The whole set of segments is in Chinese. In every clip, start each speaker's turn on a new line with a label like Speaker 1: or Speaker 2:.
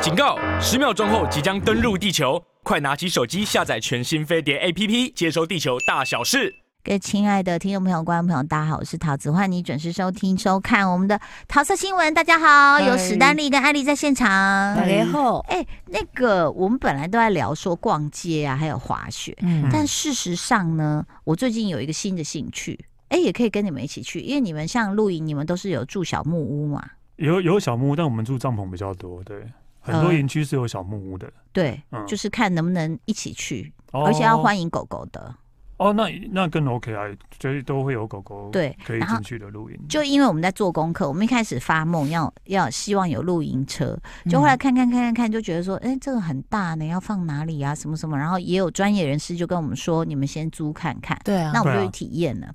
Speaker 1: 警告！十秒钟后即将登陆地球，快拿起手机下载全新飞碟 APP，接收地球大小事。
Speaker 2: 各位亲爱的听众朋友、观众朋友，大家好，我是桃子，欢迎你准时收听、收看我们的桃色新闻。大家好，有史丹利跟艾丽在现场。
Speaker 3: 大
Speaker 2: 哎、
Speaker 3: 家好，
Speaker 2: 那个我们本来都在聊说逛街啊，还有滑雪，
Speaker 3: 嗯
Speaker 2: 但事实上呢，我最近有一个新的兴趣，哎、也可以跟你们一起去，因为你们像露营，你们都是有住小木屋嘛，
Speaker 4: 有有小木屋，但我们住帐篷比较多。对，很多
Speaker 2: 呃
Speaker 4: 营区是有小木屋的，
Speaker 2: 对，
Speaker 4: 嗯
Speaker 2: 就是看能不能一起去，
Speaker 4: 哦
Speaker 2: 而且要欢迎狗狗的。
Speaker 4: 哦，那那更 OK 啊，就是都会有狗狗
Speaker 2: 对
Speaker 4: 可以
Speaker 2: 然后
Speaker 4: 进去的露营。
Speaker 2: 就因为我们在做功课，我们一开始发梦要要希望有露营车，
Speaker 3: 嗯
Speaker 2: 就后来看看看看看，就觉得说，哎、这个很大呢，要放哪里啊，什么什么。然后也有专业人士就跟我们说，你们先租看看。
Speaker 3: 对啊，
Speaker 2: 那我们就
Speaker 4: 对啊
Speaker 2: 去体验了，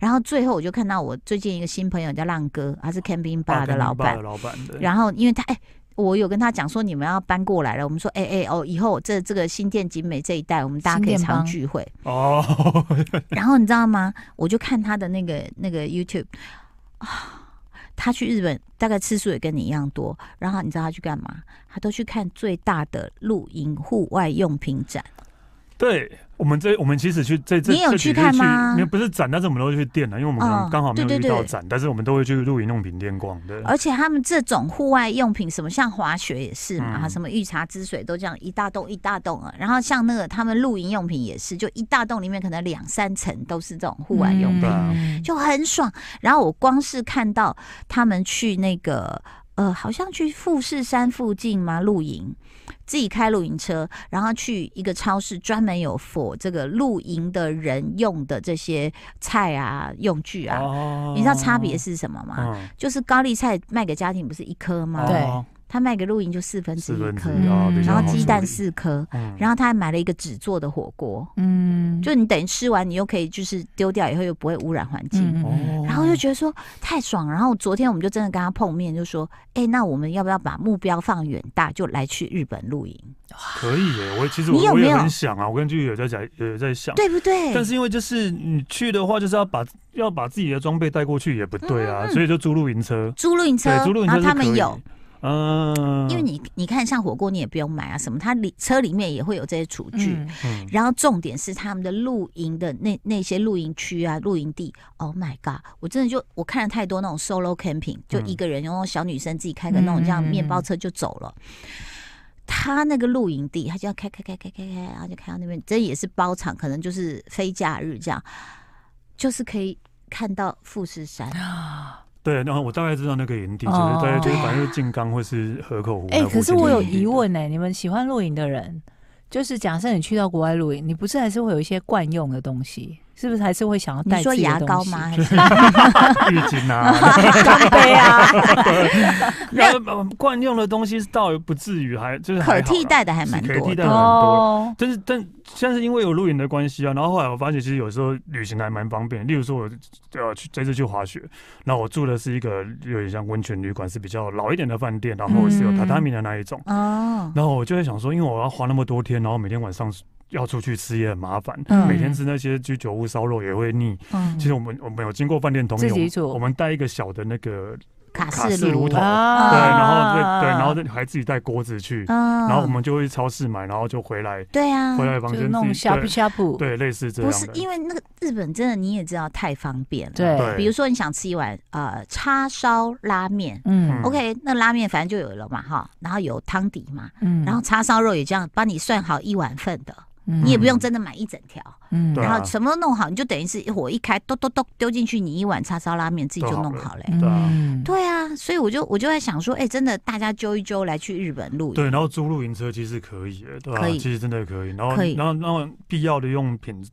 Speaker 2: 然后最后我就看到我最近一个新朋友叫浪哥，他是 camping
Speaker 4: 啊爸
Speaker 2: bar 的老板
Speaker 3: 哦
Speaker 4: 的，老板的，
Speaker 2: 然后因为他哎。我有跟他讲说你们要搬过来了，我们说哎哎、哦，以后这这个新店景美这一带，我们大家可以
Speaker 3: 新店
Speaker 2: 常
Speaker 3: 帮
Speaker 2: 聚会。
Speaker 4: 哦，
Speaker 2: 然后你知道吗？我就看他的那个那个 YouTube 啊，他去日本大概次数也跟你一样多。然后你知道他去干嘛？他都去看最大的露营户外用品展。
Speaker 4: 对，我们这我们其实去这这
Speaker 2: 你有
Speaker 4: 这
Speaker 2: 去
Speaker 4: 几次
Speaker 2: 看吗
Speaker 4: 没有不是展，但是我们都会去店了，啊因为我们可
Speaker 2: 哦
Speaker 4: 能刚好没有
Speaker 2: 对
Speaker 4: 遇
Speaker 2: 对
Speaker 4: 到
Speaker 2: 对
Speaker 4: 展，但是我们都会去露营用品店逛的。
Speaker 2: 而且他们这种户外用品，什么像滑雪也是嘛，
Speaker 4: 嗯
Speaker 2: 什么御茶之水都这样一大栋一大栋啊。然后像那个他们露营用品也是，就一大栋里面可能两三层都是这种户外用品。
Speaker 3: 嗯
Speaker 2: 就很爽。然后我光是看到他们去那个呃，好像去富士山附近嘛露营，自己开露营车，然后去一个超市，专门有 for 这个露营的人用的这些菜啊、用具啊。
Speaker 4: 哦
Speaker 2: 你知道差别是什么吗？
Speaker 4: 嗯
Speaker 2: 就是高丽菜卖给家庭不是一颗吗？
Speaker 3: 对
Speaker 4: 哦
Speaker 2: 他卖给露营就四分之
Speaker 4: 四
Speaker 2: 一
Speaker 4: 分之
Speaker 2: 颗，
Speaker 4: 一啊，
Speaker 3: 嗯
Speaker 4: 比较
Speaker 2: 然
Speaker 4: 好
Speaker 2: 后鸡蛋
Speaker 4: 处理，
Speaker 2: 四颗，
Speaker 4: 嗯
Speaker 2: 然后他还买了一个纸做的火锅，
Speaker 3: 嗯
Speaker 2: 就你等于吃完，你又可以就是丢掉以后又不会污染环境。
Speaker 4: 哦
Speaker 3: 嗯
Speaker 2: 然后就觉得说太爽，然后昨天我们就真的跟他碰面，就说，哎、那我们要不要把目标放远大，就来去日本露营，
Speaker 3: 嗯
Speaker 4: 可以耶，我其实
Speaker 2: 你有
Speaker 4: 我我
Speaker 2: 没
Speaker 4: 也
Speaker 2: 有
Speaker 4: 很想啊，我跟剧有在讲，也在想，啊
Speaker 2: 对不对？
Speaker 4: 哦但是因为就是你去的话，就是要把要把自己的装备带过去也不对啊，
Speaker 2: 嗯嗯嗯
Speaker 4: 所以就租露营车。
Speaker 2: 租露营车，
Speaker 4: 对，租露营
Speaker 2: 然
Speaker 4: 车
Speaker 2: 后
Speaker 4: 是
Speaker 2: 他们
Speaker 4: 可以
Speaker 2: 有，，
Speaker 4: 嗯，
Speaker 2: 因为你你看像火锅你也不用买啊什么，它里车里面也会有这些厨具。
Speaker 3: 嗯
Speaker 4: 嗯
Speaker 2: 然后重点是他们的露营的那那些露营区啊、露营地，Oh my god！我真的就我看了太多那种 solo camping，就一个人，然后小女生自己开个那种这样
Speaker 3: 嗯嗯嗯
Speaker 2: 面包车就走了。他那个露营地，他就要开开开开开开，然后就开到那边，这也是包场，可能就是非假日这样，就是可以看到富士山。
Speaker 4: 对，然后我大概知道那个营地，就是
Speaker 3: 哦
Speaker 4: 大概就是
Speaker 2: 对啊
Speaker 4: 反正就是静冈或是河口湖。啊
Speaker 3: 哎，可是我有疑，
Speaker 4: 嗯
Speaker 3: 问呢，你们喜欢露营的人，就是假设你去到国外露营，你不是还是会有一些惯用的东西，是不是还是会想要带
Speaker 2: 你
Speaker 3: 自
Speaker 2: 说
Speaker 3: 己
Speaker 2: 牙
Speaker 3: 的
Speaker 2: 膏
Speaker 3: 东西？
Speaker 2: 吗？ 还是
Speaker 4: 浴巾 啊，
Speaker 3: 干杯啊！
Speaker 4: 然后呃惯用的东西倒不至于，还就是还
Speaker 2: 可
Speaker 4: 好啦
Speaker 2: 替，代的还蛮
Speaker 4: 可以
Speaker 2: 多
Speaker 4: 替
Speaker 2: 的
Speaker 4: 代。 的很多。
Speaker 3: 哦，
Speaker 4: 但是，但像是因为有露营的关系啊，然后后来我发现，其实有时候旅行还蛮方便。例如说我，呃，去这次去滑雪，然后我住的是一个有点像温泉旅馆，是比较老一点的饭店，然
Speaker 3: 嗯
Speaker 4: 后是有榻榻米的那一种。
Speaker 2: 哦，
Speaker 4: 然后我就会想说，因为我要滑那么多天，然后每天晚上要出去吃也很麻烦，
Speaker 2: 嗯
Speaker 4: 每天吃那些居酒屋烧肉也会腻。
Speaker 2: 嗯
Speaker 4: 其，实我们我们有经过饭店同
Speaker 3: 自
Speaker 4: 意，
Speaker 3: 己
Speaker 4: 我们
Speaker 3: 煮
Speaker 4: 我们带一个小的那个
Speaker 2: 卡
Speaker 4: 卡
Speaker 2: 式
Speaker 4: 式
Speaker 2: 炉
Speaker 3: 嗯
Speaker 4: 炉头
Speaker 3: 啊
Speaker 4: 对，然后对对，然后还自己带锅子去，
Speaker 2: 嗯
Speaker 4: 然后我们就会去超市买，然后就回来
Speaker 2: 对啊，
Speaker 4: 回来
Speaker 3: 嗯
Speaker 4: 房
Speaker 3: 就
Speaker 4: 间自
Speaker 3: 弄
Speaker 4: 己
Speaker 3: 呷
Speaker 4: 对
Speaker 3: 哺呷哺，
Speaker 4: 对，啊类似这
Speaker 2: 不
Speaker 4: 样
Speaker 2: 是
Speaker 4: 的。
Speaker 2: 因为那个日本真的你也知道太方便了。
Speaker 3: 对
Speaker 4: 对
Speaker 2: 比如说你想吃一碗呃叉烧拉面、
Speaker 3: 嗯
Speaker 2: o k 那拉面反正就有了嘛哈，然后有汤底嘛，
Speaker 3: 嗯
Speaker 2: 然后叉烧肉也这样帮你算好一碗份的，你也不用真的买一整条，
Speaker 3: 嗯
Speaker 4: 对啊
Speaker 2: 然后什么都弄好，你就等于是火一开，咚咚咚丢进去，你一碗叉烧拉面自己就弄好了欸、
Speaker 4: 对啊
Speaker 3: 嗯、
Speaker 2: 对啊，所以我就我就在想说，哎、真的大家揪一揪来去日本露营，
Speaker 4: 对，然后租露营车其实可以耶，对吧、啊
Speaker 2: 可以
Speaker 4: 其实真的可以。然后
Speaker 2: 可以
Speaker 4: 然后然后必要的用品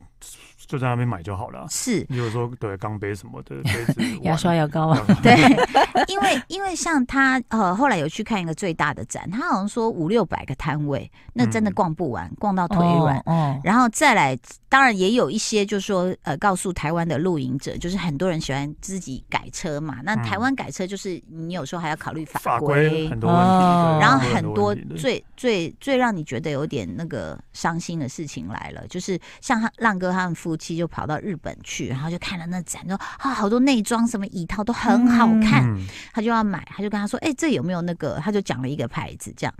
Speaker 4: 就在那边买就好了。啊
Speaker 2: 是
Speaker 4: 比如说对钢杯什么 的，杯子
Speaker 3: 牙刷、
Speaker 4: 碗
Speaker 3: 牙膏啊，
Speaker 2: 对，因为因为像他呃，后来有去看一个最大的展，他好像说五六百个摊位，那真的
Speaker 4: 嗯
Speaker 2: 逛不完，逛到腿软。
Speaker 3: 哦，
Speaker 2: 然后再来，当然也有一些，就是说，呃，告诉台湾的露营者，就是很多人喜欢自己改车嘛。那
Speaker 4: 嗯
Speaker 2: 台湾改车就是你有时候还要考虑
Speaker 4: 法
Speaker 2: 法
Speaker 4: 规
Speaker 2: 规，
Speaker 4: 很多问题，
Speaker 3: 哦
Speaker 4: 对
Speaker 2: 然后
Speaker 4: 很
Speaker 2: 很多
Speaker 4: 问题的
Speaker 2: 最最最让你觉得有点那个伤心的事情来了，就是像他浪哥他们夫妻就跑到日本去，然后就看了那展，就啊好多内装什么椅套都很好看，
Speaker 4: 嗯，
Speaker 2: 他就要买，他就跟他说：“哎、这有没有那个？”他就讲了一个牌子，这样，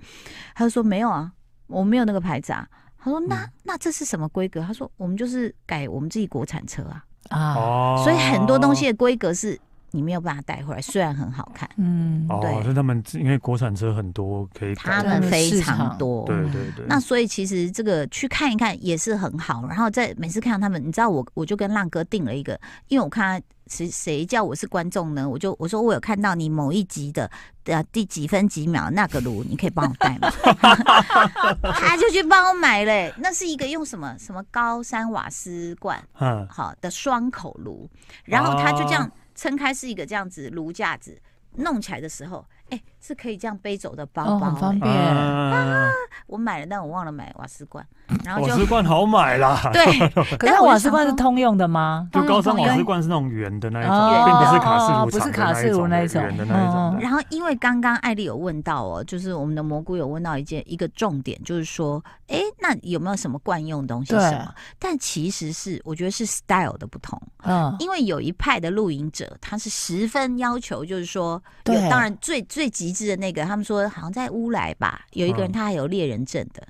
Speaker 2: 他就说：“没有啊，我没有那个牌子啊。”他说：“那那这是什么规格？”他说：“我们就是改我们自己国产车啊，
Speaker 3: 啊，
Speaker 4: 哦
Speaker 2: 所以很多东西。的规格是你没有办法带回来，虽然很好看，
Speaker 3: 嗯，
Speaker 4: 哦，
Speaker 2: 对
Speaker 4: 所以他们因为国产车很多可以改
Speaker 2: 他，们非
Speaker 3: 市
Speaker 2: 常
Speaker 3: 场
Speaker 2: 多。
Speaker 4: 对对对，
Speaker 2: 那所以其实这个去看一看也是很好，然后在每次看到他们，你知道我我就跟浪哥定了一个，因为我看他谁谁叫我是观众呢，我就我说我有看到你某一集的呃第几分几秒那个炉，你可以帮我带吗？ 他就去帮我买嘞、那是一个用什么什么高山瓦斯罐
Speaker 4: 嗯，
Speaker 2: 好的双口炉，然后他就这样
Speaker 4: 哦
Speaker 2: 撑开是一个这样子炉架子，弄起来的时候，哎、是可以这样背走的包
Speaker 3: 哦，
Speaker 2: 包、
Speaker 3: 很方
Speaker 2: 哎
Speaker 3: 便，
Speaker 4: 啊，
Speaker 2: 我买了，但我忘了买瓦斯罐，然后
Speaker 4: 瓦
Speaker 2: 就
Speaker 4: 斯罐好买啦，
Speaker 2: 对，
Speaker 3: 可是瓦斯罐是通用的吗？
Speaker 4: 就高山
Speaker 2: 当然
Speaker 4: 瓦
Speaker 2: 通
Speaker 4: 斯
Speaker 2: 啊
Speaker 4: 罐是那种圆的那一种，
Speaker 3: 哦
Speaker 4: 并不是卡式
Speaker 3: 哦
Speaker 4: 炉，
Speaker 3: 不是卡式炉那一种
Speaker 4: 圆的那一
Speaker 3: 哦
Speaker 4: 种
Speaker 2: 用。
Speaker 4: 的。
Speaker 2: 然后因为刚刚艾丽有问到哦，就是我们的蘑菇有问到一件一个重点，就是说，哎，那有没有什么惯用东西
Speaker 3: 对
Speaker 2: 什么？但其实是我觉得是 style 的不同，
Speaker 3: 嗯，
Speaker 2: 因为有一派的露营者，他是十分要求，就是说，有
Speaker 3: 对
Speaker 2: 当然最最极致的那个，他们说好像在乌来吧，有一个人
Speaker 4: 嗯
Speaker 2: 他还有猎人证的，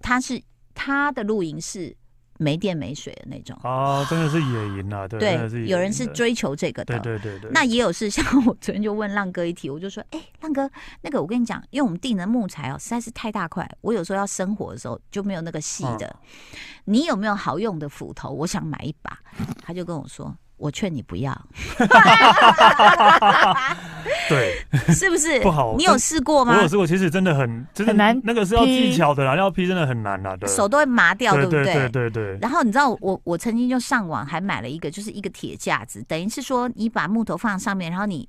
Speaker 2: 他是他的露营是没电没水的那种。
Speaker 4: 啊，真的是野营啊，对，真的是
Speaker 2: 对，
Speaker 4: 野营
Speaker 2: 有人是
Speaker 4: 的，
Speaker 2: 追求这个的
Speaker 4: 对，对对对。
Speaker 2: 那也有 是像我昨天就问浪哥一题，我就说，哎、浪哥，那个我跟你讲，因为我们订的木材哦实在是太大块，我有时候要生火的时候就没有那个细的。
Speaker 4: 嗯
Speaker 2: 你有没有好用的斧头？我想买一把。他就跟我说，我劝你不要，
Speaker 4: 对，
Speaker 2: 是不是？
Speaker 4: 不好
Speaker 2: 你有试过
Speaker 4: 我
Speaker 2: 吗
Speaker 4: 有？试过，其实真的很，真的
Speaker 3: 很难
Speaker 4: 那个是要技
Speaker 3: 劈
Speaker 4: 巧的啦，要劈真的很难啦，对。
Speaker 2: 手都会麻掉，
Speaker 4: 对
Speaker 2: 不
Speaker 4: 对对对对，
Speaker 2: 然后你知道我我曾经就上网还买了一个，就是一个铁架子，等于是说你把木头放上面，然后你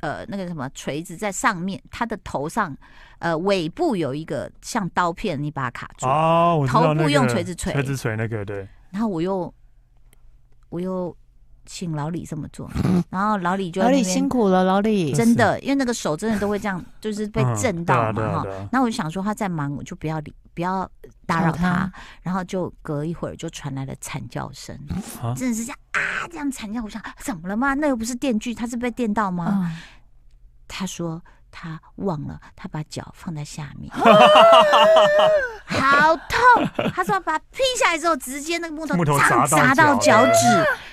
Speaker 2: 呃那个什么锤子在上面，它的头上呃尾部有一个像刀片，你把它卡住。
Speaker 4: 啊，我知道
Speaker 2: 头
Speaker 4: 那
Speaker 2: 部
Speaker 4: 个
Speaker 2: 用锤子锤
Speaker 4: 锤子锤那个，对，
Speaker 2: 然后我又我又请老李这么做，然后老李就在
Speaker 3: 老
Speaker 2: 那
Speaker 3: 李
Speaker 2: 边
Speaker 3: 辛苦了，老李，
Speaker 2: 真的，因为那个手真的都会这样，就是被
Speaker 4: 嗯
Speaker 2: 震到
Speaker 4: 对
Speaker 2: 嘛
Speaker 4: 啊
Speaker 2: 哈
Speaker 4: 对啊对啊。
Speaker 2: 那我就想说他在忙，我就不要理，不要打扰
Speaker 3: 吵
Speaker 2: 他
Speaker 3: 他。
Speaker 2: 然后就隔一会儿就传来了惨叫声
Speaker 4: 啊，
Speaker 2: 真的是这样啊，这样惨叫。我想怎么了吗？那又不是电锯，他是被电到吗？
Speaker 3: 嗯
Speaker 2: 他说他忘了，他把脚放在下面，好痛。他说把它劈下来之后，直接那个木头
Speaker 4: 木头
Speaker 2: 砸砸
Speaker 4: 砸到
Speaker 2: 到脚
Speaker 4: 脚
Speaker 2: 趾。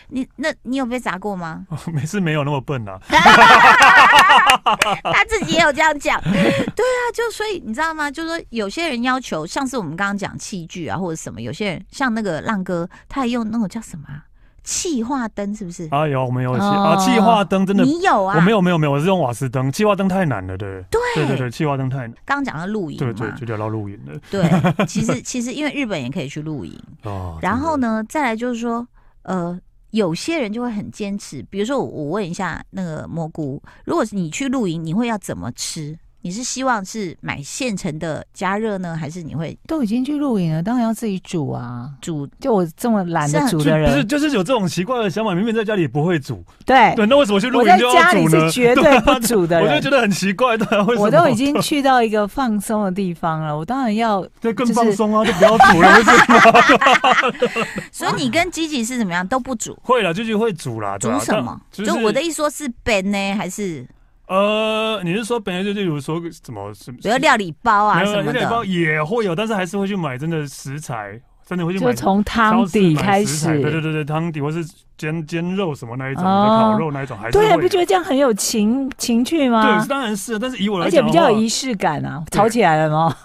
Speaker 2: 你那你有被砸过吗？
Speaker 4: 没事，没有那么笨啊啦，
Speaker 2: 他自己也有这样讲，对啊，就所以你知道吗？就说有些人要求，像是我们刚刚讲器具啊，或者什么，有些人像那个浪哥，他还用那种叫什么啊气化灯，是不是？
Speaker 4: 啊，有我们有气
Speaker 3: 哦
Speaker 4: 啊，气化灯真的，
Speaker 2: 你有啊？
Speaker 4: 我没有没有没有，我是用瓦斯灯，气化灯太难了，对，
Speaker 2: 对。
Speaker 4: 对对对，气化灯太难，
Speaker 2: 刚刚讲到露营
Speaker 4: 对对，
Speaker 2: 嘛，
Speaker 4: 就聊到露营了
Speaker 2: 对， 其实其实因为日本也可以去露营，
Speaker 4: 哦。
Speaker 2: 然后
Speaker 4: 呢？
Speaker 2: 呢，再来就是说，呃，有些人就会很坚持，比如说我我问一下那个蘑菇，如果是你去露营，你会要怎么吃？你是希望是买现成的加热呢，还是你会
Speaker 3: 都已经去露营了，当然要自己煮啊。
Speaker 2: 煮
Speaker 3: 就我这么懒
Speaker 2: 是
Speaker 3: 得
Speaker 2: 很
Speaker 3: 煮
Speaker 4: 就
Speaker 3: 的
Speaker 4: 不是，
Speaker 3: 人，
Speaker 4: 就是有这种奇怪的想法，明明在家里不会煮，
Speaker 3: 对，
Speaker 4: 对，那为什么去露
Speaker 3: 我
Speaker 4: 营
Speaker 3: 在
Speaker 4: 就
Speaker 3: 家
Speaker 4: 要
Speaker 3: 里
Speaker 4: 煮呢
Speaker 3: 是？绝对不煮的
Speaker 4: 我就
Speaker 3: 人
Speaker 4: 觉。得很奇怪，对啊，为什么？
Speaker 3: 我都已经去到一个放松的地方了，我当然要
Speaker 4: 对更
Speaker 3: 就是
Speaker 4: 放松啊，就不要煮了，不是？
Speaker 2: 所以你跟吉吉是怎么样都不煮，
Speaker 4: 会了，就是会煮啦，对
Speaker 2: 煮
Speaker 4: 啊
Speaker 2: 什么？
Speaker 4: 但
Speaker 2: 就我的意思说是本呢，还是
Speaker 4: 呃，你是说本来就例如说什么什么
Speaker 2: 比如料理包啊
Speaker 4: 没有
Speaker 2: 什么
Speaker 4: 料理包
Speaker 2: 的？
Speaker 4: 也会有，但是还是会去买真的食材，真的会去
Speaker 3: 就
Speaker 4: 买
Speaker 3: 从
Speaker 4: 超
Speaker 3: 汤
Speaker 4: 市
Speaker 3: 底
Speaker 4: 买
Speaker 3: 开
Speaker 4: 食材
Speaker 3: 始，
Speaker 4: 对对对对，汤底或是煎煎肉什么那一种，
Speaker 3: 哦
Speaker 4: 烤肉那一种，还是
Speaker 3: 对
Speaker 4: 会
Speaker 3: 啊，
Speaker 4: 的
Speaker 3: 不觉得这样很有情情趣吗
Speaker 4: 对，？当然是，啊但是以我来
Speaker 3: 而且
Speaker 4: 讲的
Speaker 3: 比
Speaker 4: 话，
Speaker 3: 较有仪式感啊，吵起来了吗？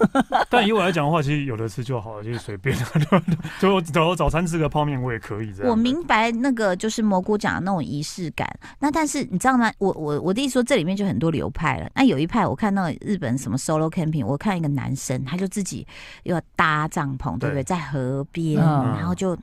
Speaker 4: 但以我来讲的话，其实有的吃就好了，就是随 便，啊就我早早餐吃个泡面我也可以这样。
Speaker 2: 我明白那个就是蘑菇讲的那种仪式感，那但是你知道吗？我我我的意思说，这里面就很多流派了。那有一派我看到日本什么 solo camping，我看一个男生他就自己又要搭帐篷，对不对？
Speaker 4: 对
Speaker 2: 在河边，
Speaker 3: 嗯
Speaker 2: 然后就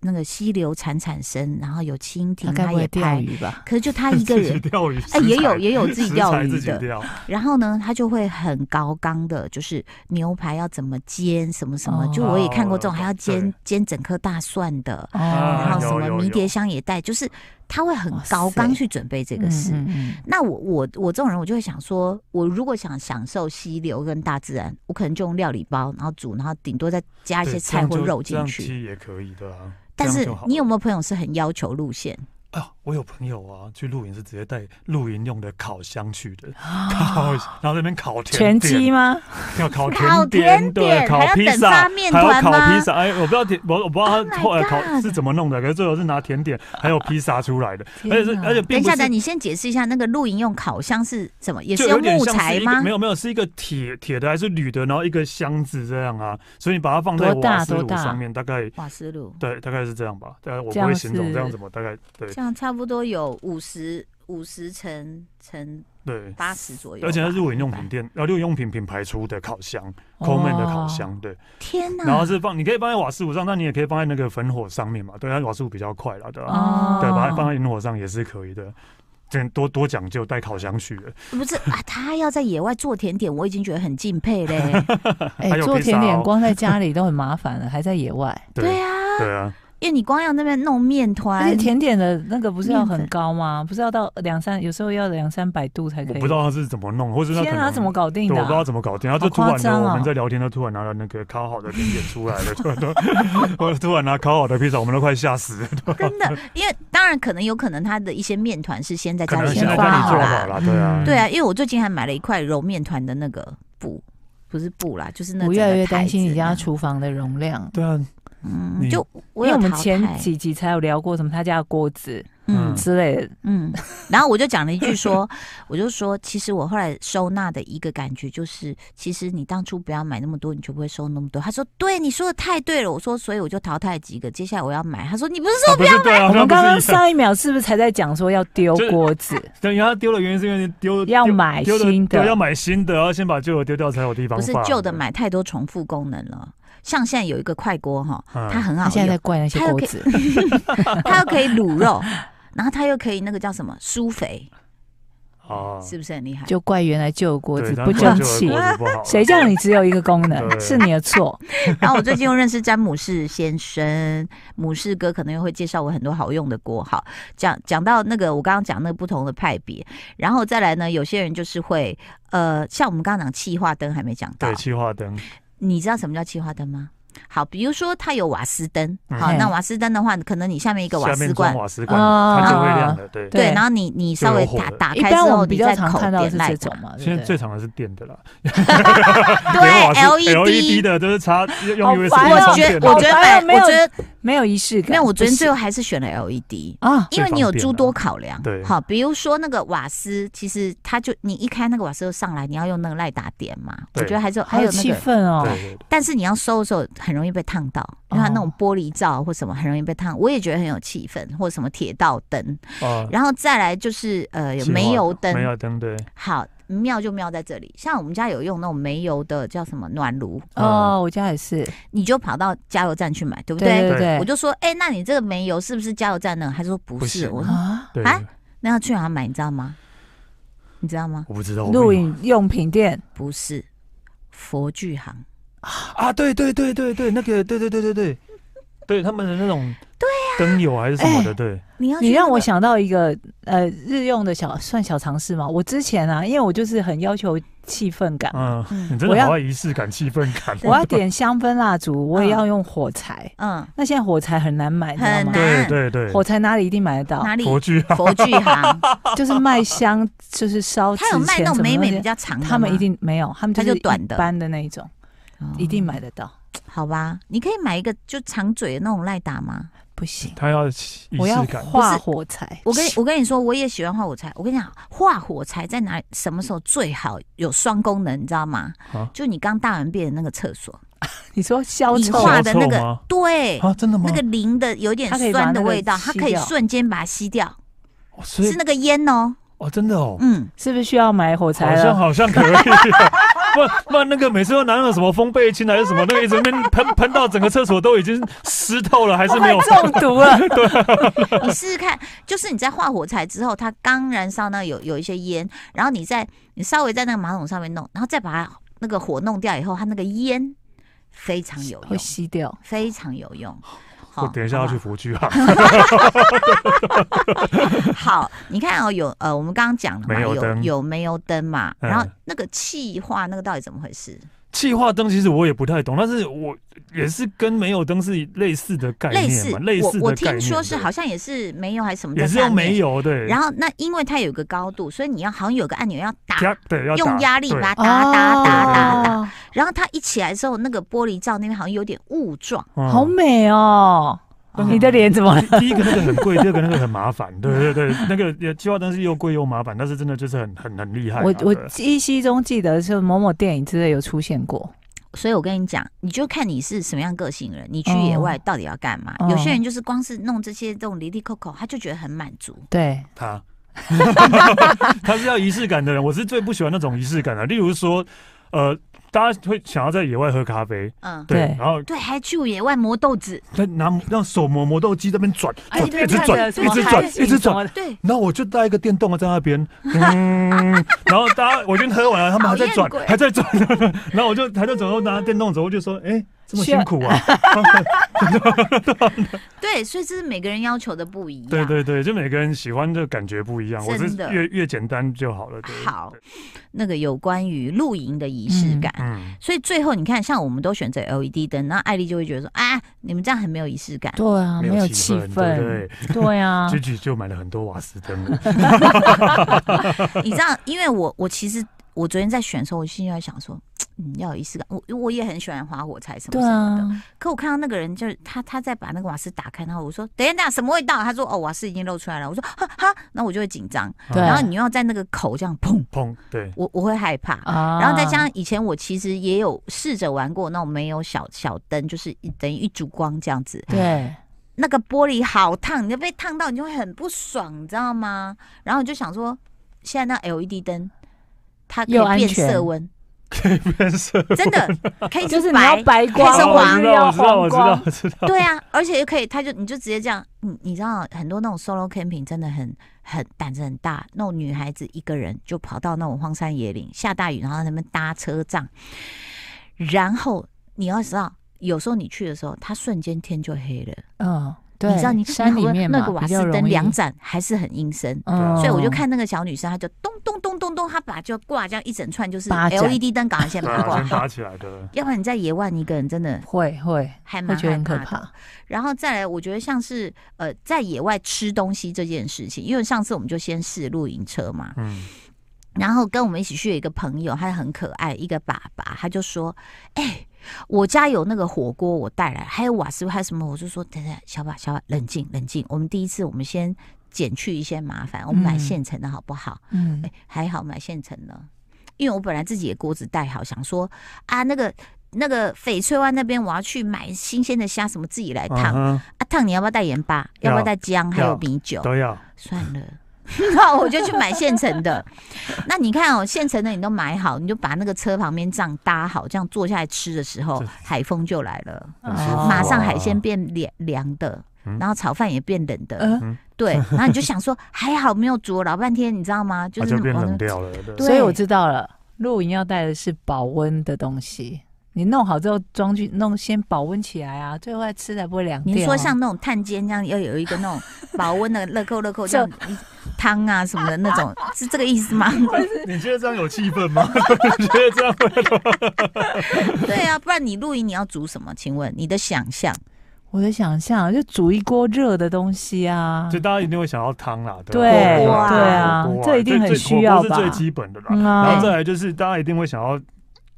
Speaker 2: 那个溪流潺潺声，然后有蜻蜓，他
Speaker 3: 他
Speaker 4: 嗯
Speaker 3: 该不会
Speaker 2: 也
Speaker 3: 钓
Speaker 2: 拍。
Speaker 3: 鱼吧？
Speaker 2: 可是就他一 个
Speaker 4: 自
Speaker 2: 人
Speaker 4: 己，钓鱼，
Speaker 2: 哎、也有
Speaker 4: 食材
Speaker 2: 也有自己钓鱼
Speaker 4: 食材自己
Speaker 2: 的，
Speaker 4: 钓，
Speaker 2: 然后呢，他就会很高纲的，就是牛排要怎么煎，什么什么，
Speaker 3: 哦
Speaker 2: 就我也看过这种，
Speaker 4: 哦
Speaker 2: 还要煎
Speaker 4: 对
Speaker 2: 煎整颗大蒜的，
Speaker 4: 啊
Speaker 2: 然后什
Speaker 4: 有
Speaker 2: 么
Speaker 4: 有
Speaker 2: 迷
Speaker 4: 有
Speaker 2: 迭香也带，就是他会很
Speaker 3: 哇塞
Speaker 2: 高纲去准备这
Speaker 3: 这
Speaker 2: 个事。
Speaker 3: 嗯嗯
Speaker 2: 那我我我这种人，我就会想说，我如果想享受溪流跟大自然，我可能就用料理包，然后煮，然后顶多再加一
Speaker 4: 对
Speaker 2: 些菜
Speaker 4: 这
Speaker 2: 或
Speaker 4: 样就
Speaker 2: 肉
Speaker 4: 这
Speaker 2: 进
Speaker 4: 样
Speaker 2: 去。
Speaker 4: 踢也可以的啊。
Speaker 2: 但
Speaker 4: 这样
Speaker 2: 是
Speaker 4: 就好
Speaker 2: 你有没有朋友是很要求路线？
Speaker 4: 啊，我有朋友啊，去露营是直接带露营用的烤箱去 的，烤，然后在那边烤甜
Speaker 3: 全
Speaker 4: 点，
Speaker 3: 鸡吗？
Speaker 4: 要烤
Speaker 2: 烤
Speaker 4: 甜
Speaker 2: 甜
Speaker 4: 点，对，
Speaker 2: 点还要
Speaker 4: 烤披
Speaker 2: 等
Speaker 4: 萨，
Speaker 2: 发面团
Speaker 4: 烤
Speaker 2: 吗
Speaker 4: 披萨。哎，我不知道甜，我我不知道
Speaker 2: Oh my
Speaker 4: 他后来烤
Speaker 2: God
Speaker 4: 是怎么弄的，可是最后是拿甜点还有披萨出来的，
Speaker 3: 天
Speaker 4: 而且是
Speaker 3: 哪
Speaker 4: 而且
Speaker 2: 等
Speaker 4: 并
Speaker 2: 一
Speaker 4: 不
Speaker 2: 下，
Speaker 4: 是
Speaker 2: 等你先解释一下那个露营用烤箱是什么，也
Speaker 4: 就是有
Speaker 2: 用
Speaker 4: 点
Speaker 2: 木
Speaker 4: 像是
Speaker 2: 材
Speaker 4: 一个
Speaker 2: 吗
Speaker 4: 没？有没有，是一个铁铁的还是铝的，然后一个箱子这样啊，所以你把它放在
Speaker 3: 多大
Speaker 4: 瓦斯
Speaker 3: 多
Speaker 4: 炉
Speaker 3: 大
Speaker 4: 上面，大概
Speaker 2: 瓦斯炉，
Speaker 4: 对，大概是这样吧。大概我
Speaker 3: 这
Speaker 4: 不
Speaker 3: 样
Speaker 4: 会形容
Speaker 3: 是
Speaker 4: 这样怎么，大概对
Speaker 2: 这样差不多有五十五十乘乘
Speaker 4: 对。
Speaker 2: 八十左右吧。
Speaker 4: 而且它是露营用品店，呃，露营用品品牌出的烤箱，Coleman 的
Speaker 3: 哦
Speaker 4: 烤箱，对，
Speaker 2: 天哪！
Speaker 4: 然后是放，你可以放在瓦斯炉上，那你也可以放在那个焚火上面嘛，对，它瓦斯炉比较快啦，对吧、
Speaker 3: 哦
Speaker 4: 对，把它放在萤火上也是可以的。这多多讲究，带烤箱去的，
Speaker 2: 不是啊，他要在野外做甜点，我已经觉得很敬佩嘞。
Speaker 3: 哎、
Speaker 4: 还有
Speaker 3: 做
Speaker 4: 披萨
Speaker 3: 甜点
Speaker 4: 哦
Speaker 3: 光在家里都很麻烦了，还在野外。
Speaker 4: 对
Speaker 2: 对啊，
Speaker 4: 对啊，
Speaker 2: 因为你光要那边弄面
Speaker 3: 而
Speaker 2: 团
Speaker 3: 且，甜点的那个不是要
Speaker 2: 面
Speaker 3: 很
Speaker 2: 粉
Speaker 3: 高吗？不是要到两三，有时候要两三百度才可
Speaker 4: 我
Speaker 3: 以。
Speaker 4: 不知道他是怎么弄，或者他可
Speaker 3: 天啊，
Speaker 4: 能
Speaker 3: 怎么搞定
Speaker 4: 对，
Speaker 3: 的
Speaker 4: 我不知道
Speaker 3: 啊、
Speaker 4: 怎么搞定，然后就突
Speaker 3: 好
Speaker 4: 然
Speaker 3: 夸
Speaker 4: 的
Speaker 3: 张哦
Speaker 4: 我们在聊天，他突然拿了那 个烤好的甜点出来了，对对，我突然拿烤好的披萨，我们都快吓死了，
Speaker 2: 真的，因为当然可能有可能他的一些面团是先在
Speaker 4: 可
Speaker 2: 家
Speaker 4: 能
Speaker 2: 里
Speaker 4: 现在
Speaker 2: 先
Speaker 4: 家
Speaker 2: 放
Speaker 4: 里
Speaker 2: 好
Speaker 4: 做好
Speaker 2: 啦。
Speaker 4: 了，对啊，
Speaker 2: 对啊，因为我最近还买了一块揉面团的那个布，不是布啦，就是那整
Speaker 3: 我越来
Speaker 2: 个
Speaker 3: 越
Speaker 2: 牌
Speaker 3: 担心
Speaker 2: 子
Speaker 3: 你家
Speaker 2: 那样，
Speaker 3: 厨房的容量，
Speaker 4: 对啊，
Speaker 2: 嗯，
Speaker 4: 你
Speaker 2: 就
Speaker 3: 因
Speaker 2: 我
Speaker 3: 为
Speaker 2: 有
Speaker 3: 我们
Speaker 2: 淘
Speaker 3: 前
Speaker 2: 汰
Speaker 3: 几集才有聊过什么他家的锅子
Speaker 2: 嗯
Speaker 4: 嗯
Speaker 3: 之类的，
Speaker 2: 嗯，然后我就讲了一句说，我就说，其实我后来收纳的一个感觉就是，其实你当初不要买那么多，你就不会收那么多。他说，对，你说的太对了。我说，所以我就淘汰几个，接下来我要买。他说，你不是说
Speaker 4: 啊不是对啊，
Speaker 3: 我
Speaker 4: 那
Speaker 3: 们
Speaker 4: 不
Speaker 3: 刚刚
Speaker 4: 是一样，
Speaker 3: 上一秒是不是才在讲说要丢
Speaker 4: 就是
Speaker 3: 锅子？
Speaker 4: 对，因为他丢的原因是因为丢
Speaker 3: 要
Speaker 4: 丢
Speaker 3: 买
Speaker 4: 丢
Speaker 3: 新的
Speaker 4: 对，要买新的，要先把旧的丢掉才有地啊方
Speaker 2: 不是
Speaker 4: 放，
Speaker 2: 旧的买太多重复功能了？像现在有一个快锅哈，
Speaker 4: 嗯，
Speaker 2: 它很
Speaker 3: 他
Speaker 2: 好
Speaker 3: 现在在
Speaker 2: 用，
Speaker 3: 怪那些
Speaker 2: 还有
Speaker 3: 锅
Speaker 2: 可以
Speaker 3: 子，
Speaker 2: 它又可以卤肉，然后它又可以那个叫什么疏肥，
Speaker 4: 啊，
Speaker 2: 是不是很厉害？
Speaker 3: 就怪原来旧的锅
Speaker 4: 对
Speaker 3: 子
Speaker 4: 他
Speaker 3: 不
Speaker 4: 们家
Speaker 3: 争
Speaker 4: 旧的
Speaker 3: 气
Speaker 4: 锅。子不好，
Speaker 3: 谁叫你只有一个功能？
Speaker 4: 对
Speaker 3: 是你的错。
Speaker 2: 然后我最近又认识詹姆士先生，姆士哥可能又会介绍我很多好用的锅。好，讲讲到那个我刚刚讲那个不同的派别，然后再来呢，有些人就是会呃，像我们刚刚讲气化灯还没讲到
Speaker 4: 对，气化灯，
Speaker 2: 你知道什么叫气化灯吗？好，比如说它有瓦斯灯，
Speaker 4: 嗯
Speaker 2: 好，
Speaker 3: 嘿
Speaker 2: 那瓦斯灯的话，可能你下面一个瓦
Speaker 4: 下
Speaker 2: 斯
Speaker 4: 面装
Speaker 2: 罐，
Speaker 4: 瓦斯罐，
Speaker 3: 啊
Speaker 4: 它就会亮的，对。
Speaker 2: 对，
Speaker 3: 对
Speaker 2: 然后你你稍微打
Speaker 4: 就有火了
Speaker 2: 打
Speaker 3: 一
Speaker 2: 开
Speaker 3: 般
Speaker 2: 之
Speaker 3: 我
Speaker 2: 后，
Speaker 3: 们比
Speaker 2: 你
Speaker 3: 较
Speaker 2: 再
Speaker 3: 常
Speaker 2: 口
Speaker 3: 看到
Speaker 2: 点
Speaker 3: 的是
Speaker 2: 蜡
Speaker 3: 这
Speaker 2: 烛
Speaker 3: 种，嘛，对
Speaker 4: 现在
Speaker 3: 不
Speaker 4: 最
Speaker 3: 对？
Speaker 4: 常的是电 的啦，没有啊瓦斯
Speaker 2: 对
Speaker 4: LED
Speaker 2: LED。
Speaker 4: E 的都是插用
Speaker 3: E 好
Speaker 4: USB
Speaker 3: 烦
Speaker 2: 我
Speaker 3: 哦
Speaker 4: 充
Speaker 2: 觉
Speaker 4: 电
Speaker 2: 得，
Speaker 4: 的，
Speaker 2: 我觉得
Speaker 3: 好
Speaker 2: 买，
Speaker 3: 烦哦没有
Speaker 2: 我觉得
Speaker 3: 没有仪式感。
Speaker 2: 没有，我昨天
Speaker 3: 不行
Speaker 2: 最后还是选了 E LED。
Speaker 3: 啊，
Speaker 2: 因为你有诸多考量，
Speaker 4: 最方便啊对
Speaker 2: 好，比如说那个瓦斯，其实它就你一开那个瓦斯就上来，你要用那个赖打点嘛，我
Speaker 4: 对
Speaker 2: 觉得还是有
Speaker 3: 还
Speaker 2: 还
Speaker 3: 有
Speaker 2: 有那
Speaker 3: 气
Speaker 2: 个，
Speaker 3: 氛哦。
Speaker 4: 对对对，
Speaker 2: 但是你要收的时候很容易被烫到，因为它那
Speaker 3: 哦
Speaker 2: 种玻璃罩或什么很容易被烫，我也觉得很有气氛，或什么铁道灯，
Speaker 4: 啊，
Speaker 2: 然后再来就是呃有
Speaker 4: 气化啊
Speaker 2: 煤油灯，
Speaker 4: 煤油灯对，
Speaker 2: 好妙就妙在这里，像我们家有用那种煤油的叫什么暖炉，
Speaker 4: 嗯
Speaker 3: 哦，我家也是，
Speaker 2: 你就跑到加油站去买，对不对？
Speaker 3: 对对对。
Speaker 2: 我就说，哎、那你这个煤油是不是加油站呢？他说不
Speaker 4: 不
Speaker 2: 是，
Speaker 4: 是
Speaker 2: 我 说
Speaker 3: 啊，
Speaker 4: 对，
Speaker 2: 啊那要去哪买？你知道吗？你知道吗？
Speaker 4: 我不知道我没有
Speaker 3: 录影用品店
Speaker 2: 不是佛具行，
Speaker 4: 啊，对对对对对，那个对对对对对，对他们的那种
Speaker 3: 啊
Speaker 4: 对灯油还是什么
Speaker 3: 哎
Speaker 4: 的，对，
Speaker 2: 你要去
Speaker 3: 你让我
Speaker 2: 那个
Speaker 3: 想到一个呃日用的小算小常识嘛。我之前啊，因为我就是很要求气氛感，
Speaker 4: 嗯，
Speaker 2: 嗯
Speaker 4: 你真
Speaker 3: 我
Speaker 4: 的
Speaker 3: 要
Speaker 4: 好爱仪式感、气氛感，
Speaker 3: 我要点香氛蜡烛，我也要用火柴。
Speaker 2: 嗯
Speaker 3: 那现在火柴很难买，你知道
Speaker 2: 很
Speaker 3: 吗？
Speaker 4: 对
Speaker 2: 难
Speaker 4: 对对，
Speaker 3: 啊火柴哪里一定买 得到？
Speaker 2: 哪里
Speaker 4: 佛具啊，
Speaker 2: 佛具 行，
Speaker 3: 就是卖香，就是烧纸
Speaker 2: 他有卖
Speaker 3: 钱
Speaker 2: 那
Speaker 3: 什
Speaker 2: 种
Speaker 3: 么
Speaker 2: 美美比
Speaker 3: 东西，
Speaker 2: 较长的吗，
Speaker 3: 他们一定没有，他们
Speaker 2: 它就
Speaker 3: 是
Speaker 2: 短的
Speaker 3: 一般的那一种，
Speaker 2: 哦
Speaker 3: 一定买得到。
Speaker 2: 好吧？你可以买一个就长嘴的那种赖打吗？
Speaker 3: 不行，
Speaker 4: 他要仪式
Speaker 3: 我要
Speaker 4: 感，
Speaker 3: 画火柴。
Speaker 2: 我跟我跟你说，我也喜欢画火柴。我跟你讲，画火柴在哪里？什么时候最好有双功能？你知道吗
Speaker 4: 啊？
Speaker 2: 就你刚大完便的那个厕所，
Speaker 3: 你说消
Speaker 2: 你
Speaker 3: 臭，
Speaker 2: 画的那个
Speaker 4: 小臭吗
Speaker 2: 对，
Speaker 4: 啊，真的吗
Speaker 2: 那？个淋的有点
Speaker 3: 它可以把
Speaker 2: 酸
Speaker 3: 那
Speaker 2: 的
Speaker 3: 个
Speaker 2: 味道，它
Speaker 3: 吸
Speaker 2: 可以
Speaker 3: 掉
Speaker 2: 瞬间把它吸掉，
Speaker 4: 哦所以
Speaker 2: 是那个烟哦，
Speaker 4: 哦，真的哦，
Speaker 2: 嗯。
Speaker 3: 是不是需要买火柴
Speaker 4: 好像
Speaker 3: 了？
Speaker 4: 好像可以啊。 不不，那个每次都拿那个什么风贝清还是什么，那个一直在那边喷喷到整个厕所都已经湿透了，还是没
Speaker 3: 快
Speaker 4: 有。
Speaker 3: 中毒了！
Speaker 2: 你试试看， 就是你在画火柴之后，它刚燃烧呢有有一些烟，然后你再你稍微在那个马桶上面弄，然后再把它那个火弄掉以后，它那个烟非常有
Speaker 3: 会
Speaker 2: 用，
Speaker 3: 吸掉。
Speaker 2: 非常有用。好
Speaker 4: 哦我等一下要去
Speaker 2: 好
Speaker 4: 服具啊，
Speaker 2: 不 好。好你看哦，有呃，我们刚刚讲了嘛，
Speaker 4: 煤油
Speaker 2: 有
Speaker 4: 灯
Speaker 2: 有煤油灯嘛，
Speaker 4: 嗯
Speaker 2: 然后那个气化那个到底怎么回事？
Speaker 4: 气化灯其实我也不太懂，但是我也是跟没有灯是类似的概
Speaker 2: 类
Speaker 4: 念
Speaker 2: 似
Speaker 4: 嘛，类
Speaker 2: 我
Speaker 4: 似的
Speaker 2: 我
Speaker 4: 概
Speaker 2: 听
Speaker 4: 念
Speaker 2: 说是
Speaker 4: 对
Speaker 2: 好像也是没有还是什么在
Speaker 4: 也是
Speaker 2: 上
Speaker 4: 用
Speaker 2: 面，
Speaker 4: 没有对，
Speaker 2: 然后那因为它有个高度，所以你要好像有个按钮要打，
Speaker 4: 压对要打
Speaker 2: 用压力
Speaker 4: 对
Speaker 2: 把它
Speaker 3: 啊
Speaker 2: 打打打打打。
Speaker 3: 哦
Speaker 2: 然后它一起来之后，那个玻璃罩那边好像有点雾状，
Speaker 4: 嗯
Speaker 3: 好美哦！
Speaker 4: 嗯
Speaker 3: 你的脸怎么了？
Speaker 4: 第第一个那个很贵， 第二个那个很麻烦，对对对，那个也计划灯是又贵又麻烦，但是真的就是很很很厉害啊。
Speaker 3: 我我
Speaker 4: 对
Speaker 3: 依稀中记得是某某电影之类有出现过，
Speaker 2: 所以我跟你讲，你就看你是什么样个性的人，你去
Speaker 3: 哦
Speaker 2: 野外到底要干嘛？
Speaker 3: 哦
Speaker 2: 有些人就是光是弄这些这种离离扣扣，他就觉得很满足。
Speaker 3: 对，
Speaker 4: 他，他是要仪式感的人，我是最不喜欢那种仪式感的。例如说，呃，大家会想要在野外喝咖啡，
Speaker 2: 嗯，
Speaker 4: 对，
Speaker 3: 对
Speaker 4: 然后
Speaker 2: 对，还去野外磨豆子，
Speaker 4: 他拿让手磨磨豆机这边转，
Speaker 3: 哎，
Speaker 4: 转
Speaker 3: 对，
Speaker 4: 一直
Speaker 3: 看
Speaker 4: 转，
Speaker 3: 着什
Speaker 4: 一
Speaker 3: 么
Speaker 4: 直
Speaker 3: 海
Speaker 4: 转，
Speaker 3: 景
Speaker 4: 一直
Speaker 3: 什
Speaker 4: 转。
Speaker 3: 么的，
Speaker 2: 对，
Speaker 4: 然后我就带一个电动的在那 边，嗯，然后大家我已经喝完了，他们还在转
Speaker 2: 讨厌鬼，
Speaker 4: 还在转， 然后我就他就转头拿电动走，我就说，哎、这么
Speaker 3: 需要
Speaker 4: 辛苦 啊！
Speaker 2: 对，所以这是每个人要求的不一样。
Speaker 4: 对对对，就每个人喜欢的感觉不一样，我是
Speaker 2: 真的
Speaker 4: 越越简单就好了。对，
Speaker 3: 啊
Speaker 2: 好，那个有关于露营的仪式感。
Speaker 4: 嗯，
Speaker 2: 所以最后你看，像我们都选择 LED 灯，那艾丽就会觉得说啊，你们这样很没有仪式感。
Speaker 3: 对啊，没有气
Speaker 4: 氛，对不对
Speaker 3: 氛，？ 对啊
Speaker 4: 菊，菊就买了很多瓦斯 灯，
Speaker 2: 你知道，因为我我其实我昨天在选的时候，我心里在想说，嗯，要有仪式感。我我也很喜欢花火柴什么
Speaker 3: 对
Speaker 2: 什么的，
Speaker 3: 啊，
Speaker 2: 可我看到那个人就是他，他在把那个瓦斯打开，然后我说等一下，等一下什么味道？他说哦，瓦斯已经漏出来了。我说哈哈，那我就会紧张，
Speaker 3: 对啊
Speaker 2: 然后
Speaker 4: 嗯
Speaker 2: 你又要在那个口这样砰，
Speaker 4: 砰，对，
Speaker 2: 我我会害怕。
Speaker 3: 啊
Speaker 2: 然后再加上以前我其实也有试着玩过那种没有小小灯，就是一等于一烛光这样子，
Speaker 3: 对，
Speaker 2: 那个玻璃好烫，你就被烫到，你就会很不爽，你知道吗？然后我就想说，现在那 LED 灯它可
Speaker 3: 又
Speaker 2: 以
Speaker 3: 安
Speaker 2: 变
Speaker 3: 全
Speaker 2: 色温，
Speaker 4: 变色。哦
Speaker 2: 真 的可以一直
Speaker 3: 就是你
Speaker 2: 白
Speaker 3: 要白光，
Speaker 2: 黑色
Speaker 4: 我
Speaker 2: 黄
Speaker 4: 知
Speaker 3: 然后要
Speaker 4: 道，我知道，
Speaker 3: 黄
Speaker 4: 我知道
Speaker 3: 光，，
Speaker 4: 我知道。
Speaker 2: 对啊，而且又可以，他就你就直接这样，你你知道很多那种 solo camping 真的很很胆子很大，那种女孩子一个人就跑到那种荒山野岭，下大雨，然后在那边搭车帐，然后你要知道，有时候你去的时候，它瞬间天就黑了，
Speaker 3: 嗯，对，
Speaker 2: 你知道你
Speaker 3: 山里
Speaker 2: 那个
Speaker 3: 面嘛
Speaker 2: 那个瓦
Speaker 3: 比较
Speaker 2: 斯灯
Speaker 3: 容易
Speaker 2: 两盏还是很阴
Speaker 4: 啊
Speaker 2: 森。
Speaker 3: 嗯，
Speaker 2: 所以我就看那个小女生，她就咚咚咚咚咚，她把就挂这样一整串，就是
Speaker 3: 八盏
Speaker 2: LED 灯，赶快先
Speaker 4: 对
Speaker 2: 把它
Speaker 4: 啊，
Speaker 2: 挂
Speaker 4: 先
Speaker 2: 好，
Speaker 4: 打起来的，
Speaker 2: 要不然你在野外你一个人真的
Speaker 3: 会会
Speaker 2: 还
Speaker 3: 会
Speaker 2: 蛮
Speaker 3: 觉得
Speaker 2: 害
Speaker 3: 很可
Speaker 2: 怕的。
Speaker 3: 怕，
Speaker 2: 然后再来，我觉得像是呃，在野外吃东西这件事情，因为上次我们就先试露营车嘛，
Speaker 4: 嗯，
Speaker 2: 然后跟我们一起去的一个朋友，他很可爱，一个爸爸，他就说：“哎、我家有那个火锅，我带来，还有瓦斯，还有什么？”我就说：“等等，小爸，小爸，冷静，冷静，我们第一次，我们先减去一些麻烦，我们买
Speaker 3: 嗯
Speaker 2: 现成的好不好？”
Speaker 3: 嗯
Speaker 2: 哎，还好买现成的，因为我本来自己也锅子带好，想说啊，那个那个翡翠湾那边我要去买新鲜的虾，什么自己来烫、
Speaker 4: 嗯哼
Speaker 2: 啊，烫你要不要带盐巴？要不要
Speaker 4: 要
Speaker 2: 带姜？还
Speaker 4: 要
Speaker 2: 有米酒？
Speaker 4: 都要。
Speaker 2: 算了。 那我就去买现成的。 那你看哦，现成的你都买好，你就把那个车旁边帐搭好，这样坐下来吃的时候
Speaker 4: 这，
Speaker 2: 海风就来了，
Speaker 4: 很舒服
Speaker 3: 哦
Speaker 2: 马上海鲜变凉凉的，
Speaker 4: 嗯
Speaker 2: 然后炒饭也变冷的，
Speaker 3: 呃
Speaker 2: 对。然后你就想说，还好没有煮了老半天，你知道吗？就
Speaker 4: 它
Speaker 2: 是
Speaker 4: 哦就变
Speaker 2: 往那
Speaker 4: 冷掉了。对
Speaker 2: 对
Speaker 3: 所以我知道了，露营要带的是保温的东西。你弄好之后装去弄，先保温起来啊，最后再吃才不会凉掉啊。
Speaker 2: 你说像那种碳煎这样，要有一个那种保温的乐扣乐扣这样汤啊什么的那种，是这个意思吗？
Speaker 4: 你觉得这样有气氛吗？ 你觉得这样会？
Speaker 2: 对啊，不然你露营你要煮什么？请问你的想象
Speaker 3: 我的想象，就煮一锅热的东西啊
Speaker 4: 就，大家一定会想要汤啦，对
Speaker 3: 对
Speaker 2: 火锅啊
Speaker 3: 对啊
Speaker 4: 火锅
Speaker 3: 这一定很
Speaker 4: 最
Speaker 3: 需要
Speaker 4: 火锅
Speaker 3: 吧
Speaker 4: 是最基本的啦。
Speaker 3: 嗯啊
Speaker 4: 然后再来就是大家一定会想要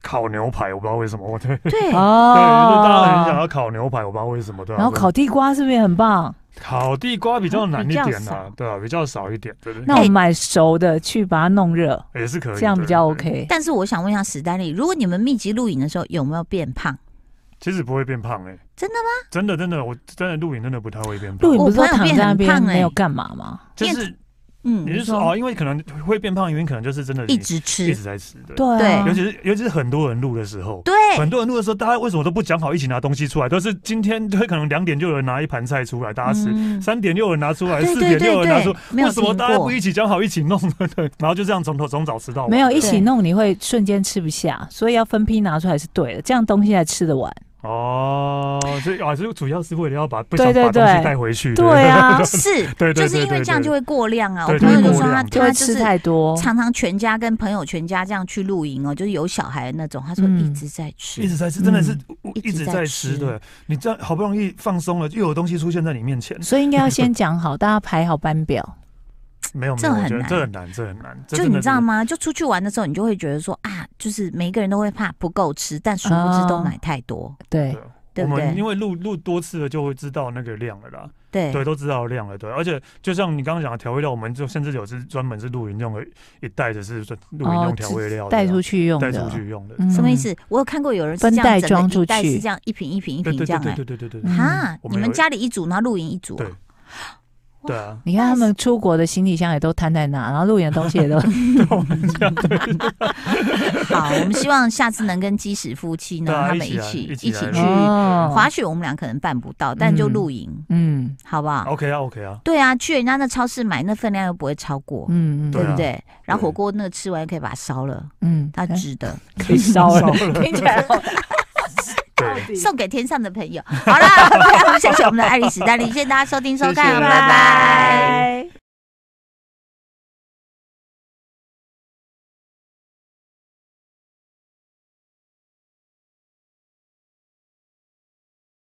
Speaker 4: 烤牛排，我不知道为什么，我对对，
Speaker 2: 对
Speaker 3: 哦，
Speaker 4: 就大家很想要烤牛排，我不知道为什么，对啊。
Speaker 3: 然后烤地瓜是不是也很棒？
Speaker 4: 烤地瓜比较难一
Speaker 2: 比较
Speaker 4: 点
Speaker 2: 少
Speaker 4: 啦，对啊，比较少一点，对对，
Speaker 3: 那我们买熟的去把它弄热，
Speaker 4: 也是可以，
Speaker 3: 这样比
Speaker 4: 对
Speaker 3: 较。
Speaker 4: 对
Speaker 3: OK。
Speaker 2: 但是我想问一下史丹利，如果你们密集露营的时候有没有变胖？
Speaker 4: 其实不会变胖哎，
Speaker 2: 真的
Speaker 4: 吗？真的真的，我真的露营真的不太会变胖
Speaker 3: 露，营不是
Speaker 2: 我
Speaker 3: 都
Speaker 2: 朋友变
Speaker 3: 躺在那
Speaker 2: 很
Speaker 3: 边
Speaker 2: 胖欸
Speaker 3: 没有干嘛吗？
Speaker 4: 就是
Speaker 2: 嗯，
Speaker 4: 你是说
Speaker 2: 说
Speaker 4: 哦，因为可能会变胖，原因可能就是真的
Speaker 2: 一
Speaker 4: 你
Speaker 2: 直
Speaker 4: 一
Speaker 2: 吃
Speaker 4: 直？在吃，对
Speaker 3: 对啊
Speaker 4: 尤，其是尤其是很多人录的时候，
Speaker 2: 对，
Speaker 4: 很多人录的时候，大家为什么都不讲好一起拿东西出来？都是今天就可能两点就有人拿一盘菜出来，大家吃；
Speaker 2: 嗯
Speaker 4: 三点又有人拿出来，
Speaker 2: 对
Speaker 4: 四
Speaker 2: 对
Speaker 4: 点又有
Speaker 2: 对
Speaker 4: 人拿
Speaker 2: 对
Speaker 4: 出来，，
Speaker 2: 没有
Speaker 4: 为什么
Speaker 2: 听
Speaker 4: 大家不
Speaker 2: 过
Speaker 4: 一。起讲好一起弄？ 对，然后就这样从头从早吃到晚。
Speaker 3: 没有一
Speaker 2: 对
Speaker 3: 起弄，你会瞬间吃不下，所以要分批拿出来是对的，这样东西才吃得完。
Speaker 4: 哦，所以啊，就主要是为了要把不想
Speaker 3: 对对
Speaker 4: 把东西
Speaker 3: 对
Speaker 4: 带回去。，
Speaker 3: 对啊
Speaker 2: 是，
Speaker 4: 嗯 对对对
Speaker 2: 就是因为
Speaker 4: 对
Speaker 2: 这样
Speaker 4: 对
Speaker 2: 就会过量啊。我
Speaker 4: 对
Speaker 2: 朋友
Speaker 4: 对
Speaker 2: 就
Speaker 4: 对
Speaker 2: 说他
Speaker 4: 过量
Speaker 3: 就
Speaker 2: 他
Speaker 3: 会
Speaker 2: 就是
Speaker 3: 吃太多，
Speaker 2: 常常全家跟朋友全家这样去露营哦，就是有小孩的那种，他说
Speaker 3: 嗯
Speaker 2: 一直在吃，
Speaker 4: 一直在吃，真的是
Speaker 3: 嗯
Speaker 4: 我
Speaker 2: 一
Speaker 4: 一
Speaker 2: 直
Speaker 4: 直
Speaker 2: 在
Speaker 4: 在
Speaker 2: 吃
Speaker 4: 吃的。你这样好不容易放松了，又有东西出现在你面前，
Speaker 3: 所以应该要先讲好，大家排好班表。
Speaker 4: 没有，没
Speaker 2: 这
Speaker 4: 有，我
Speaker 2: 很
Speaker 4: 觉得
Speaker 2: 难
Speaker 4: 这很难，这很难。这
Speaker 2: 就
Speaker 4: 真
Speaker 2: 你
Speaker 4: 的
Speaker 2: 知道
Speaker 4: 是？
Speaker 2: 吗？就出去玩的时候，你就会觉得说啊，就是每一个人都会怕不够吃，但殊不知都
Speaker 3: 哦
Speaker 2: 买太多，
Speaker 3: 对，
Speaker 2: 对
Speaker 4: 我
Speaker 2: 不
Speaker 4: 们
Speaker 2: 对
Speaker 4: 因？为录录多次了，就会知道那个量了啦。
Speaker 2: 对
Speaker 4: 对，都知道量了，对。而且就像你刚刚讲的调味料，我们就甚至有是专门是露营用的，一袋的是露
Speaker 2: 哦
Speaker 4: 营用调味料的啊
Speaker 3: 带出去用
Speaker 4: 带
Speaker 3: 的，
Speaker 4: 出去用的。
Speaker 3: 嗯
Speaker 2: 什么意？思？我有看过有人是
Speaker 3: 分
Speaker 2: 这样
Speaker 3: 袋
Speaker 2: 整
Speaker 3: 装
Speaker 2: 个
Speaker 3: 出
Speaker 2: 一袋是
Speaker 3: 去
Speaker 2: 这样一瓶一瓶一
Speaker 4: 对
Speaker 2: 瓶这
Speaker 4: 对对
Speaker 2: 样
Speaker 4: 对
Speaker 2: 哎，
Speaker 4: 对对对对对
Speaker 3: 嗯
Speaker 2: 哈，
Speaker 4: 我
Speaker 2: 你
Speaker 4: 们
Speaker 2: 们
Speaker 4: 有
Speaker 2: 家里一组，然后露营一组啊
Speaker 4: 对，对啊！
Speaker 3: 你看他们出国的行李箱也都摊在那，然后露营的东西也都
Speaker 2: 好，我们希望下次能跟基石夫妻呢
Speaker 4: 对，啊
Speaker 2: 他们
Speaker 4: 一起来
Speaker 2: 起一
Speaker 4: 一起
Speaker 2: 起
Speaker 4: 来
Speaker 2: 去
Speaker 3: 哦
Speaker 2: 滑雪，我们俩可能办不到，但就
Speaker 3: 嗯
Speaker 2: 露营，
Speaker 3: 嗯
Speaker 2: 好不好？
Speaker 4: OK 啊 OK 啊，
Speaker 2: 对啊，去人家那超市买，那分量又不会超过，
Speaker 3: 嗯嗯
Speaker 2: 对啊
Speaker 4: 对啊
Speaker 2: 不对？然后火
Speaker 4: 对
Speaker 2: 锅那个吃完可以把它烧了，
Speaker 3: 嗯，
Speaker 2: 它值得，
Speaker 3: 可以 烧了，听起来好
Speaker 4: 对，
Speaker 2: 送给天上的 朋友。好啦，非常谢谢我们的爱丽史丹利，谢谢大家收听收看，拜拜。